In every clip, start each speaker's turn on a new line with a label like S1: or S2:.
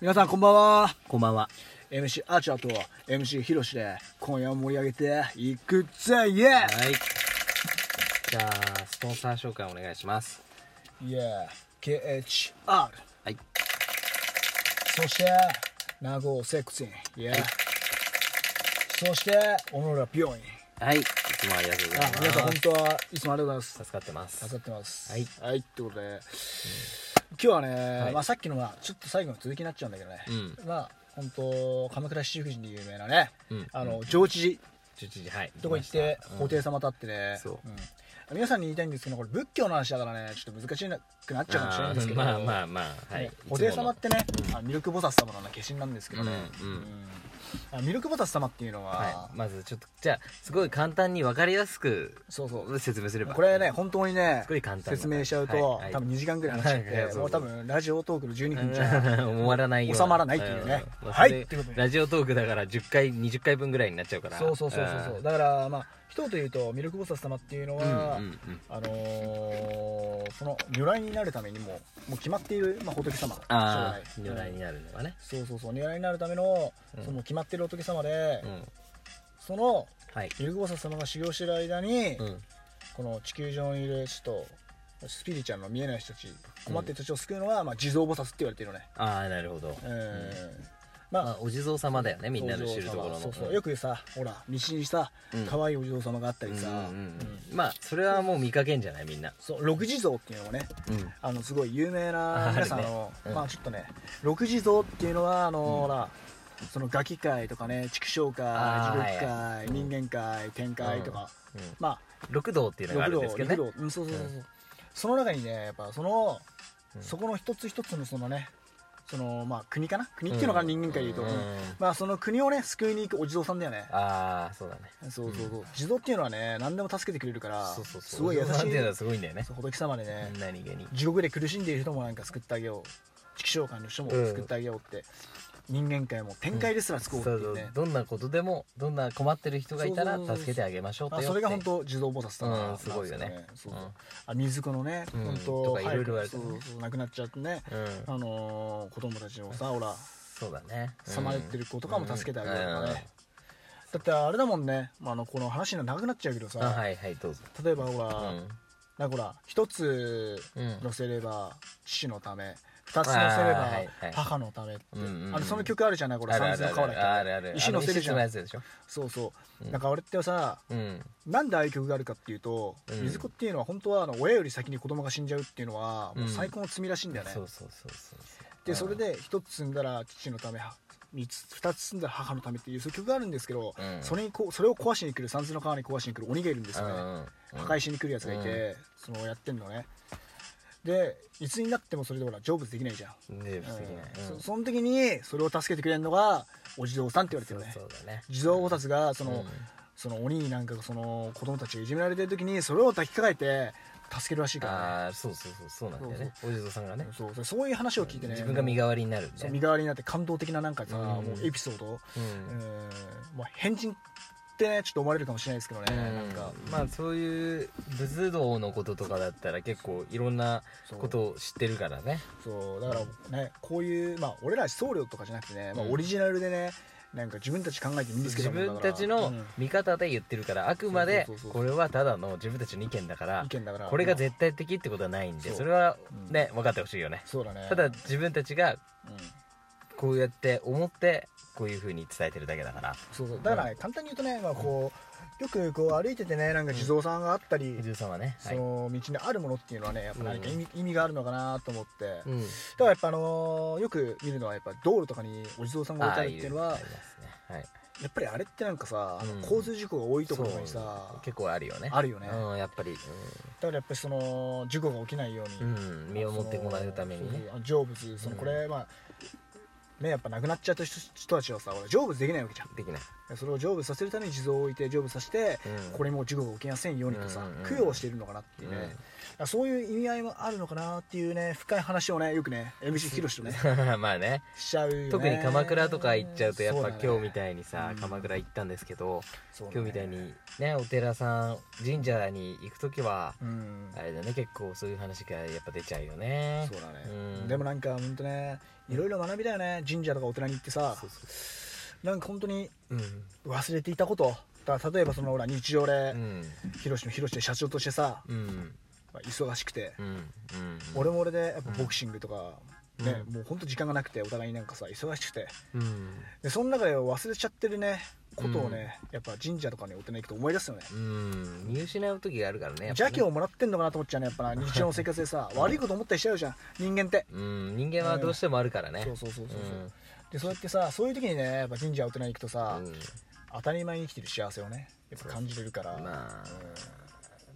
S1: 皆さんこんばんは
S2: こんばんは。
S1: MC アーチャーと MC ヒロシで今夜を盛り上げていくぜイエ
S2: はい。じゃあ、スポンサー紹介お願いします。
S1: ーイエー KHR
S2: はい。
S1: そして名護セクシンイエーそして小野浦病院
S2: はい。いつもありがとうござい
S1: あ
S2: ます。
S1: 皆さん本当はいつもありがとうございます
S2: 助かってます。
S1: 飾ってます
S2: はい
S1: はいってことで今日はね、
S2: はい
S1: まあ、さっきのはちょっと最後の続きになっちゃうんだけどね、
S2: うん
S1: まあ本当鎌倉七福神で有名なね、
S2: うん
S1: あの上智寺
S2: 11時、はい。
S1: とこ行って
S2: うん
S1: 布袋様立ってね、
S2: そうん
S1: 皆さんに言いたいんですけどこれ仏教の話だからねちょっと難しくなっちゃうかもしれないんですけど
S2: あーまあまあまあ、はい
S1: ね。布袋様ってね、あミルク菩薩様のね化身なんですけどね、
S2: うんうん
S1: あミルク菩薩様っていうのは、
S2: はい。まずちょっと、じゃあ、すごい簡単に分かりやすく
S1: そうそう
S2: 説明すれば。
S1: これね、本当にね
S2: すごい簡単な
S1: 説明しちゃうと、
S2: はいはい
S1: 多分2時間ぐらい話しちゃって、
S2: はいはいそう
S1: もう多分ラジオトークの12
S2: うん
S1: 分じゃ、
S2: 終わらないよう
S1: 収まらないっていうね
S2: ん
S1: はい
S2: それ
S1: ってことで
S2: ラジオトークだから10回20回分ぐらいになっちゃうから
S1: そうそうそうそうそうだからまあ一言で言うとミルクボサス様っていうの
S2: うんうん
S1: は、
S2: うんうん
S1: あのーその如来になるためにももう決まっている、まあ、仏様
S2: ああ
S1: 将来
S2: 如来になるのがね
S1: そうそうそう如来になるための
S2: うん
S1: その決まっている仏様で、
S2: うん
S1: その
S2: はい
S1: ミルクボサス様が修行してる間に、
S2: うん
S1: この地球上にいるちょっとスピリチュアルの見えない人たち困っている人たちを救うのが、まあ、地蔵菩薩って言われてるのね、
S2: ああなるほど
S1: うんまあ
S2: まあお地蔵様だよねみんなの知るところの
S1: そうそうよくさほら道にさ
S2: うん
S1: 可愛いお地蔵様があったりさ、
S2: うんうん
S1: うん
S2: うんまあそれはもう見かけんじゃないみんな
S1: そう六地蔵っていうのもね
S2: うん
S1: あのすごい有名
S2: あ
S1: な
S2: あるね
S1: 皆さんあの、
S2: うん
S1: まあちょっとね六地蔵っていうのはあの、
S2: うん
S1: ほらそのガキ界とかね畜生界
S2: あ
S1: 地
S2: あ
S1: 獄界、
S2: はいはい
S1: 人間界天界とか、まあ
S2: 六道っていうのがあるんですけどね
S1: 六道うんそうそうそうそう、その中にねやっぱその、
S2: うん
S1: そこの一つ一つのそのねそのまあ国かな国っていうのが人間界でいうと、
S2: ん
S1: うんまあその国をね救いに行くお地蔵さんだよね
S2: ああそうだね
S1: そうそうそう、地蔵っていうのはね何でも助けてくれるから
S2: そうそうそう
S1: すごい優しい
S2: なんていうのはすごいんだよね
S1: そう仏様でね、
S2: 何気に
S1: 地獄で苦しんでいる人もなんか救ってあげよう畜生界の人も救ってあげようって、人間界も天界ですら救おうってい
S2: そ
S1: う
S2: そうう
S1: ね、
S2: どんなことでもどんな困ってる人がいたら
S1: そうそうそう
S2: 助けてあげましょうって
S1: あ
S2: よ
S1: それが
S2: って
S1: 本当地蔵菩薩さんなんです
S2: うんすごいよね
S1: そうそう
S2: うん
S1: あ水子のね、
S2: うん
S1: 本当
S2: とかいろいろ言われて
S1: そ
S2: ね
S1: うそう亡くなっちゃってね、
S2: うん
S1: あのー子供たちをさほら
S2: そうだね
S1: さまよってる子とかも助けてあげるとかね、
S2: うんうん
S1: だってあれだもんね、まあ、あのこの話が長くなっちゃうけどさ、
S2: あはいはいどうぞ
S1: 例えばほ
S2: う
S1: ら、
S2: ん
S1: なんかほら一つ
S2: うん
S1: 乗せれば父のため二つ乗せれ
S2: あーはいは
S1: ば
S2: い
S1: 母のためって、
S2: うんうんうん
S1: あれその曲あるじゃないこれ三途の川だっけ
S2: あるあるある
S1: 石乗せるじゃ
S2: あの
S1: ん
S2: 石のやつでしょ
S1: そうそう、
S2: うん
S1: なんか俺ってさ
S2: うん
S1: なんでああいう曲があるかっていうと、
S2: うん
S1: 水子っていうのは本当はあの親より先に子供が死んじゃうっていうのはもう最高の罪らしいんだよね、
S2: そうそうそうそうう
S1: で
S2: ん
S1: それで一つ積んだら父のため三つ二つ積んだら母のためっていうそういう曲があるんですけど、
S2: うん
S1: それにこうそれを壊しに来る三途の川に壊しに来る鬼がいるんです
S2: うん
S1: よね、
S2: うんうん
S1: 破壊しに来るやつがいて、そのやってんのねでいつになってもそれでほら成仏できないじゃん、
S2: ね不思議な
S1: うんそその時にそれを助けてくれるのがお地蔵さんって言われてるね
S2: そうそうだね
S1: 地蔵菩薩がその,、
S2: うん
S1: その鬼になんかその子供たちがいじめられてる時にそれを抱きかかえて助けるらしいからね
S2: ああそうそうそうそうなんだよねお地蔵さんがね
S1: そうそうそういう話を聞いてね
S2: 自分が身代わりになるん
S1: そ
S2: で
S1: う身代わりになって感動的ななんかさ、
S2: うん
S1: もうエピソード、
S2: う
S1: うん
S2: ん
S1: まあ、変人ってねちょっと思われるかもしれないですけどね、なんか
S2: まあそういう仏道のこととかだったら結構いろんな
S1: そう
S2: ことを知ってるからね
S1: そうだからねこういうまあ俺ら僧侶とかじゃなくてね、まあ、
S2: うん
S1: オリジナルでねなんか自分たち考えて身につけ
S2: 自
S1: たもんだ
S2: 分
S1: から
S2: たちの
S1: うん
S2: 見方で言ってるからあくまで
S1: そうそうそうそう
S2: これはただの自分たちの意見だから
S1: 意見だから
S2: これが絶対的ってことはないんで
S1: そう
S2: それは
S1: うん
S2: ね分かってほしいよね
S1: そうだね
S2: ただ自分たちが
S1: うん
S2: こうやって思ってこういうふうに伝えてるだけだから
S1: そうそうだからね、簡単に言うとね、まあ、こうよくこう歩いててねなんか地蔵さんがあったり、
S2: お地蔵さんはねは
S1: そ
S2: い
S1: の道にあるものっていうのはねやっぱ何か意味,、意味があるのかなと思って、だ
S2: うん
S1: からやっぱあのーよく見るのはやっぱ道路とかにお地蔵さんが置いてあるっていうのは
S2: あーいるありますねはい
S1: やっぱりあれってなんかさあの
S2: うん
S1: 交通事故が多いところにさ、
S2: そう結構あるよね
S1: あるよね
S2: うんやっぱり
S1: だからやっぱりその事故が起きないように、
S2: うんうん身をもってもらうためにね
S1: そうそう成仏そのこれ、まあねやっぱ亡くなっちゃった人人たちはさほら成仏できないわけじゃん
S2: できない
S1: それを成仏させるために地蔵を置いて成仏させて、
S2: うん
S1: これもう事故が起きませんようにとさ、
S2: うんうんうん
S1: 供養しているのかなっていうね、
S2: うん
S1: だからそういう意味合いもあるのかなっていうね深い話をねよくね MC ヒロシとね
S2: まあね
S1: しちゃうよね
S2: 特に鎌倉とか行っちゃうとやっ
S1: そ
S2: ぱ
S1: だね
S2: 今日みたいにさ、
S1: うん
S2: 鎌倉行ったんですけど、
S1: そうだね
S2: 今日みたいにねお寺さん神社に行く時は、
S1: うん
S2: あれだね結構そういう話がやっぱ出ちゃうよね
S1: そうだね、
S2: うん
S1: でもなんかほんとねいろいろ学びだよね神社とかお寺に行ってさ
S2: そうそう
S1: なんか本当に
S2: うん
S1: 忘れていたことだから例えばそのほら日常で
S2: うん
S1: ヒロシのヒロシで社長としてさ、
S2: うん
S1: まあ忙しくて、
S2: うんうん
S1: 俺も俺でやっぱボクシングとか、
S2: うん
S1: ねもうほんと時間がなくてお互いになんかさ忙しくて
S2: うん
S1: でその中で忘れちゃってるねことをね、やっぱ神社とかにお寺に行くと思い出すよね
S2: うん見失う時があるからねやっぱ
S1: 邪
S2: ね
S1: 気をもらってんのかなと思っちゃうねやっぱな日常の生活で さ悪いこと思ったりしちゃうじゃん人間って、
S2: うん人間はどうしてもあるからね
S1: そうそうそうそうそう、
S2: うん
S1: でそうやってさそういう時にねやっぱ神社お寺に行くとさ、
S2: うん
S1: 当たり前に生きてる幸せをねやっぱ感じれるから、
S2: まあ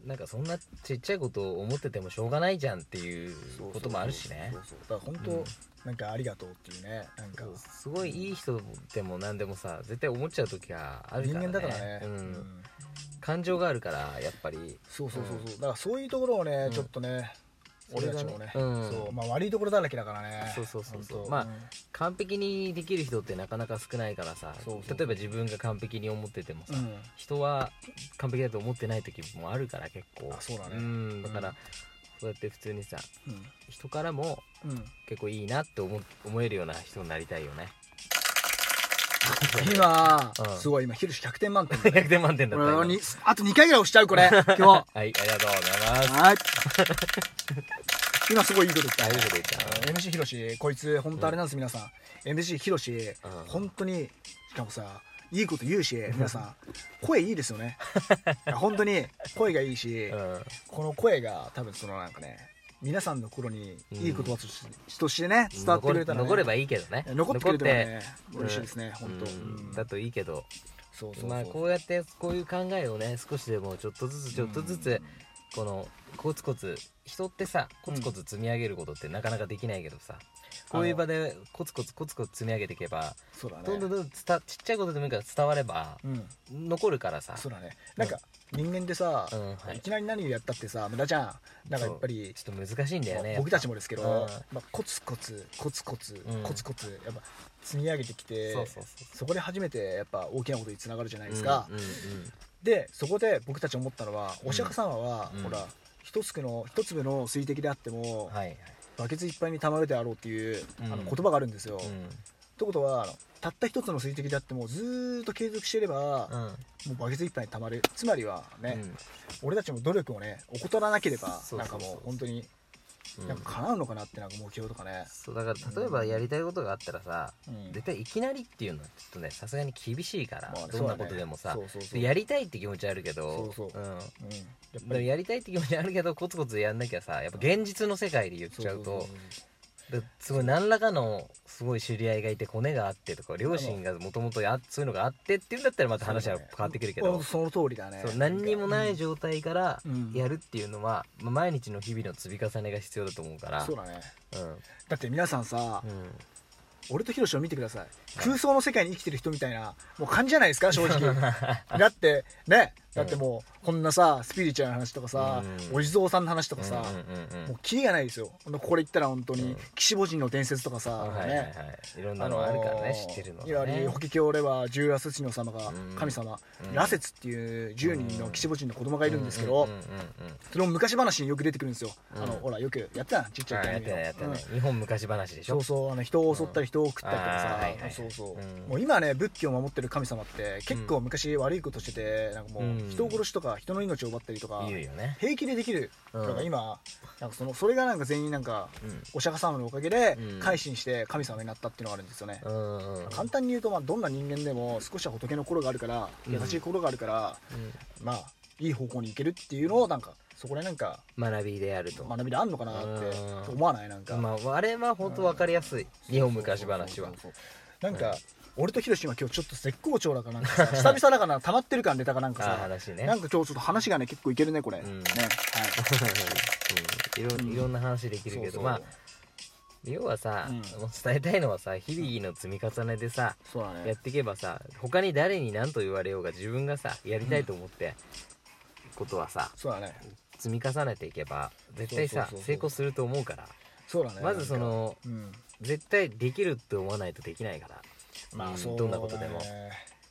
S2: なんかそんなちっちゃいことを思っててもしょうがないじゃんっていうこともあるしね
S1: そうそうだから本当、
S2: うん
S1: なんかありがとうっていうねなんか
S2: すごいいい人でも何でもさ絶対思っちゃう時がある
S1: 人
S2: からね
S1: 間だからね、
S2: う、
S1: うんん
S2: 感情があるからやっぱり
S1: そうそうそうそうだからそういうところをね、
S2: ん
S1: ちょっとね
S2: それ
S1: 俺
S2: が
S1: た
S2: ね
S1: ちもね、
S2: うん
S1: そうまあ、悪いところだらけだからね
S2: そうそうそうそう
S1: 本当
S2: まあ
S1: ん
S2: 完璧にできる人ってなかなか少ないからさ
S1: そうそう
S2: 例えば自分が完璧に思っててもさ、
S1: うん
S2: 人は完璧だと思ってない時もあるから結構
S1: あそうだね
S2: んだから、
S1: うん
S2: そうやって普通にさ
S1: うん
S2: 人からも
S1: うん、
S2: 結構いいなって思思えるような人になりたいよね
S1: 今、
S2: うん
S1: すごい今ヒルシ100点満 点だね
S2: 100点満点だった
S1: 俺
S2: 今
S1: はにあと2回ぐらい押しちゃうこ れ今日は
S2: はいありがとうございます
S1: い 今すごいいいこと言った
S2: 大丈夫でいいかな
S1: MC ひろしこいつ本当あれなんです、皆さん MC ひろし、
S2: うん
S1: 本当にしかもさいいこと言うし皆さん声いいですよねいや本当に声がいいし、
S2: うん
S1: この声が多分そのなんかね皆さんの頃にいい言葉とし,、としてね伝わってくれたら、ね、
S2: 残ればいいけどね
S1: 残ってくれたらね
S2: 残って
S1: 嬉しいですね、本当、
S2: うんだといいけど
S1: そうそうそう、
S2: まあこうやってこういう考えをね少しでもちょっとずつちょっとずつ、このコツコツ人ってさコツコツ積み上げることってなかなかできないけどさ、こういう場でコツコツコツコツ積み上げていけば
S1: そうだね
S2: どんどんどんつたちっちゃいことでもいいから伝われば
S1: うん
S2: 残るからさ
S1: そうだねなんか人間ってさ、
S2: うんはい
S1: い、きなり何をやったってさ無駄じゃんなんかやっぱり
S2: ちょっと難しいんだよね
S1: 僕
S2: た
S1: たちもですけど、
S2: うん
S1: まあ、コツコツコツコツ、
S2: うん
S1: コツコツやっぱ積み上げてきて
S2: そうそうそう
S1: そこで初めてやっぱ大きなことにつながるじゃない
S2: ち
S1: ですか、
S2: うんうん
S1: でそこで僕たち思ったのはお釈迦様は、
S2: うん
S1: ほら一つの一粒の水滴であっても、
S2: うんはいはい
S1: バケツいっぱいに溜まるであろうっていう、
S2: うん
S1: あの言葉があるんですよ、
S2: う
S1: っ
S2: ん
S1: てことはあのたった一つの水滴であってもずーっと継続していれば、
S2: うん
S1: もうバケツいっぱいに溜まるつまりはね、
S2: うん
S1: 俺たちも努力をね怠らなければ
S2: そうそうそう
S1: なんかもう本当に
S2: うん
S1: なんか叶うのかなってなんか目標とかね、
S2: そうだから例えばやりたいことがあったらさ、
S1: うん
S2: 絶対いきなりっていうのはちょっとねさすがに厳しいから、
S1: まあね
S2: どんなことでもさ、
S1: そうだねそうそうそう
S2: やりたいって気持ちあるけど
S1: そうそ
S2: ん
S1: うん、やっ
S2: でもやりたいって気持ちあるけどコツコツやんなきゃさやっぱ現実の世界で言っ
S1: そう
S2: ちゃう
S1: そうそ
S2: と
S1: そ
S2: だからすごい何らかのすごい知り合いがいて骨があってとか両親がもともとそういうのがあってっていうんだったらまた話は変わってくるけ
S1: そ
S2: ど
S1: う。その通りだね
S2: そう何にもない
S1: じ
S2: 状態から
S1: うん
S2: やるっていうのは、まあ毎日の日々の積み重ねが必要だと思うか
S1: ゃ
S2: ら
S1: そうだね
S2: うん
S1: だって皆さんさ、
S2: うん
S1: 俺とヒロシを見てください空想の世界に生きてる人みたいなもう感じじゃないですか正直 だってねだってもうこんなさスピリチュアルな話とかさ、
S2: うん
S1: お地蔵さんの話とかさ、
S2: うんうんうんうん
S1: もうキリがないですよほんとこれ言ったら本当に、
S2: うん
S1: 岸母神の伝説とかさ、
S2: はいはいは
S1: ね
S2: い、いろんなのあるからね、
S1: あのー
S2: 知ってるの
S1: いわ
S2: は
S1: ゆ
S2: ね
S1: る法華経では十羅スの様が
S2: うん
S1: 神様、
S2: うん
S1: 羅刹っていう10人の岸母神の子供がいるんですけど、
S2: うんうんうんうん
S1: それも昔話によく出てくるんですよ、
S2: うん
S1: あのほらよくやってたなちっちゃい
S2: あ
S1: 時
S2: やっ
S1: に
S2: てないやってない、
S1: うん
S2: 日本昔話でし
S1: そ
S2: ょ
S1: うそうあの人を襲ったり人を食ったりとか
S2: うんあ
S1: さ
S2: ー、はいはい
S1: そうそう、
S2: うん
S1: もう今ね仏教を守ってる神様って結構昔悪いことしててなんかも
S2: うん
S1: う人殺しとか人の命を奪ったりとか、
S2: 言うよね
S1: 平気でできる、
S2: うん
S1: だから今なんかそのそれがなんか全員なんかお釈迦様のおかげで
S2: うん
S1: 改心して神様になったっていうのがあるんですよね、
S2: うんうんうん
S1: 簡単に言うと、まあ、どんな人間でも少しは仏の心があるから
S2: うん
S1: 優しい心があるから、まあいい方向に行けるっていうのをなんかそこでなんか
S2: 学びであると、
S1: 学びであんのかなって
S2: うん
S1: 思わないなんか、
S2: まあ、あれは本当わかりやすい、日本昔話は
S1: なんか、俺とヒロシは今日ちょっと絶好調だからなんかさ 久々だから溜まってる感ネタかなんかさ
S2: あー話ね
S1: なんか今日ちょっと話がね結構いけるねこれ、
S2: うん
S1: ねはい
S2: うんいろいろんな話できるけど、まあ要はさ、
S1: うん
S2: もう伝えたいのはさ日々の積み重ねでさ、
S1: そうだ
S2: やっ
S1: ね
S2: ていけばさ他に誰に何と言われようが自分がさやりたいと思って、ことはさ
S1: そうだね
S2: 積み重ねていけば絶対
S1: そう
S2: さ
S1: そうそうそう
S2: 成功すると思うから
S1: そうだね
S2: まずその
S1: うん
S2: 絶対できるって思わないとできないから
S1: ま
S2: う
S1: あ
S2: ん
S1: そうだね
S2: どんなことでも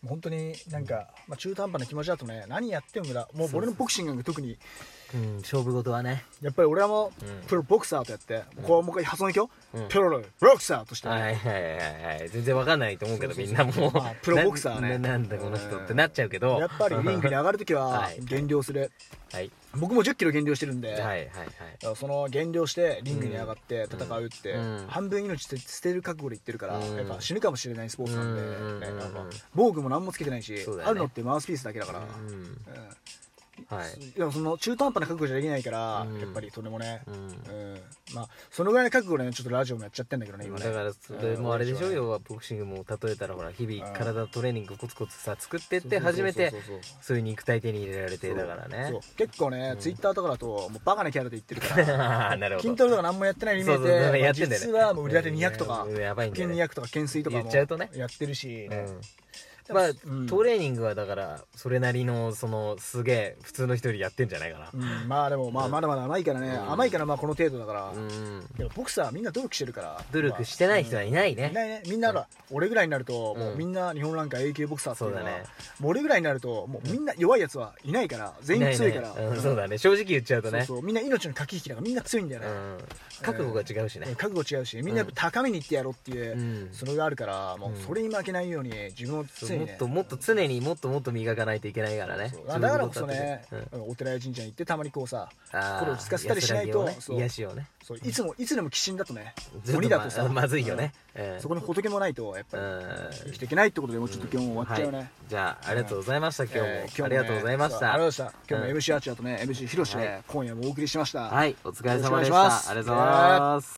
S1: う本当になんか、まあ、中途半端な気持ちだとね何やっても無駄もう
S2: そうそう
S1: 俺のボクシングが特に
S2: うん勝負事はね
S1: やっぱり俺はもう
S2: うん
S1: プロボクサーとやって、ここはもう一回発音いくよ、
S2: うん
S1: プロボクサーとしてね、
S2: はいはいはいはい全然わかんないと思うけど
S1: そう
S2: み
S1: そ
S2: ん
S1: うそ
S2: な
S1: う
S2: もう
S1: まあプロボクサーね
S2: な なんだこの人ってなっちゃうけど
S1: やっぱりリングに上がるときは
S2: はい
S1: 減量する、
S2: はい
S1: 僕も1 0キロ減量してるんで、
S2: はいはいはい
S1: その減量してリングに上がって戦うって、
S2: うん
S1: 半分命捨て捨てる覚悟で言ってるから、
S2: うん
S1: やっぱ死ぬかもしれないスポーツなんで、
S2: うん
S1: ね
S2: うん
S1: なんか防具も何もつけてないし、
S2: そうだよね
S1: あるのってマウスピースだけだから、
S2: うん
S1: うん
S2: はい
S1: でもその中途半端な覚悟じゃできないから、
S2: うん
S1: やっぱりそれもね、
S2: う
S1: うん
S2: ん
S1: まあそのぐらいの覚悟でねちょっとラジオもやっちゃってんだけどね今ね
S2: だからそれもあれでしょ
S1: うん
S2: 要はボクシングも例えたらほら日々
S1: うん
S2: 体のトレーニングコツコツさ作ってっ
S1: そうそう
S2: て
S1: そう
S2: 初めて
S1: そうそうそう
S2: そういう肉体手に入れられてだから
S1: そう
S2: ね
S1: 結構ね、ツイッターとかだともうバカなキャラで言ってる から
S2: なるほど
S1: 筋トレとか何もやってないように見え
S2: そうそうだか
S1: て
S2: ら
S1: ま
S2: や
S1: あ
S2: ってんだよね
S1: 実はもう売り立て200とか
S2: うんやばいん
S1: 腹
S2: だ
S1: 筋
S2: よね
S1: 200とか懸垂とかも
S2: 言っちゃうとね
S1: やってるし、
S2: うんまあ、
S1: うん
S2: トレーニングはだからそれなりのそのすげえ普通の人よりやってんじゃないかな
S1: うんまあでもまあまだまだ甘いからね、
S2: うん
S1: 甘いからまあこの程度だから、
S2: うん
S1: でもボクサーみんな努力してるから
S2: 努力してない人はいない
S1: いな
S2: ね
S1: いねみんなほら、俺ぐらいになると、もううんみんな日本ランカー A 級ボクサーっていうのは
S2: そうだね
S1: もう俺ぐらいになるともうみんな弱いやつはいないから全員強いから
S2: なねうんそうだね正直言っちゃうと
S1: そう
S2: ね
S1: そうみんな命の駆け引きだからみんな強いんだよね、
S2: うん覚悟が違うしね
S1: 覚悟違うしみんなやっぱ高めにいってやろうっていう、
S2: うん
S1: それがあるからもう
S2: うん
S1: それに負けないように自分を
S2: そう
S1: 常に、
S2: も
S1: ね、
S2: っともっと常にもっともっと磨かないといけないからね
S1: そうだからこそね
S2: 自分のことだって、
S1: お寺や神社に行ってたまにこうさ
S2: うんあー
S1: 心を落ち着かせたりしないと
S2: 安らぎをね
S1: そう
S2: 癒しをね
S1: そういつもいつでも鬼神だとね
S2: ずっ
S1: 鬼だとさ
S2: ままずいよね
S1: うん
S2: うん
S1: そこに仏もないとやっぱ
S2: う
S1: り生
S2: ん
S1: きていけないってことでもうちょっと今日も終わっちゃうね、
S2: はいじゃあありがとうございました今日も
S1: えー
S2: ありがとうございまし
S1: そう
S2: た
S1: ありがとうございました。今日
S2: う
S1: も
S2: ん
S1: MC アーチャーとね、MC ヒロシ
S2: は
S1: で今夜もお送りしました。
S2: はいお疲れ様
S1: よろ
S2: でし
S1: しくお願いしま
S2: た
S1: す
S2: ありがとうございます